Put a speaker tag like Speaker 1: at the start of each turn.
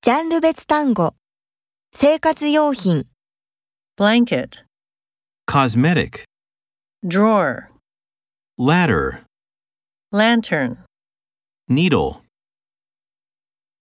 Speaker 1: ジャンル別単語、生活用品、
Speaker 2: blanket,
Speaker 3: cosmetic,
Speaker 2: drawer,
Speaker 3: ladder,
Speaker 2: lantern.
Speaker 3: needle.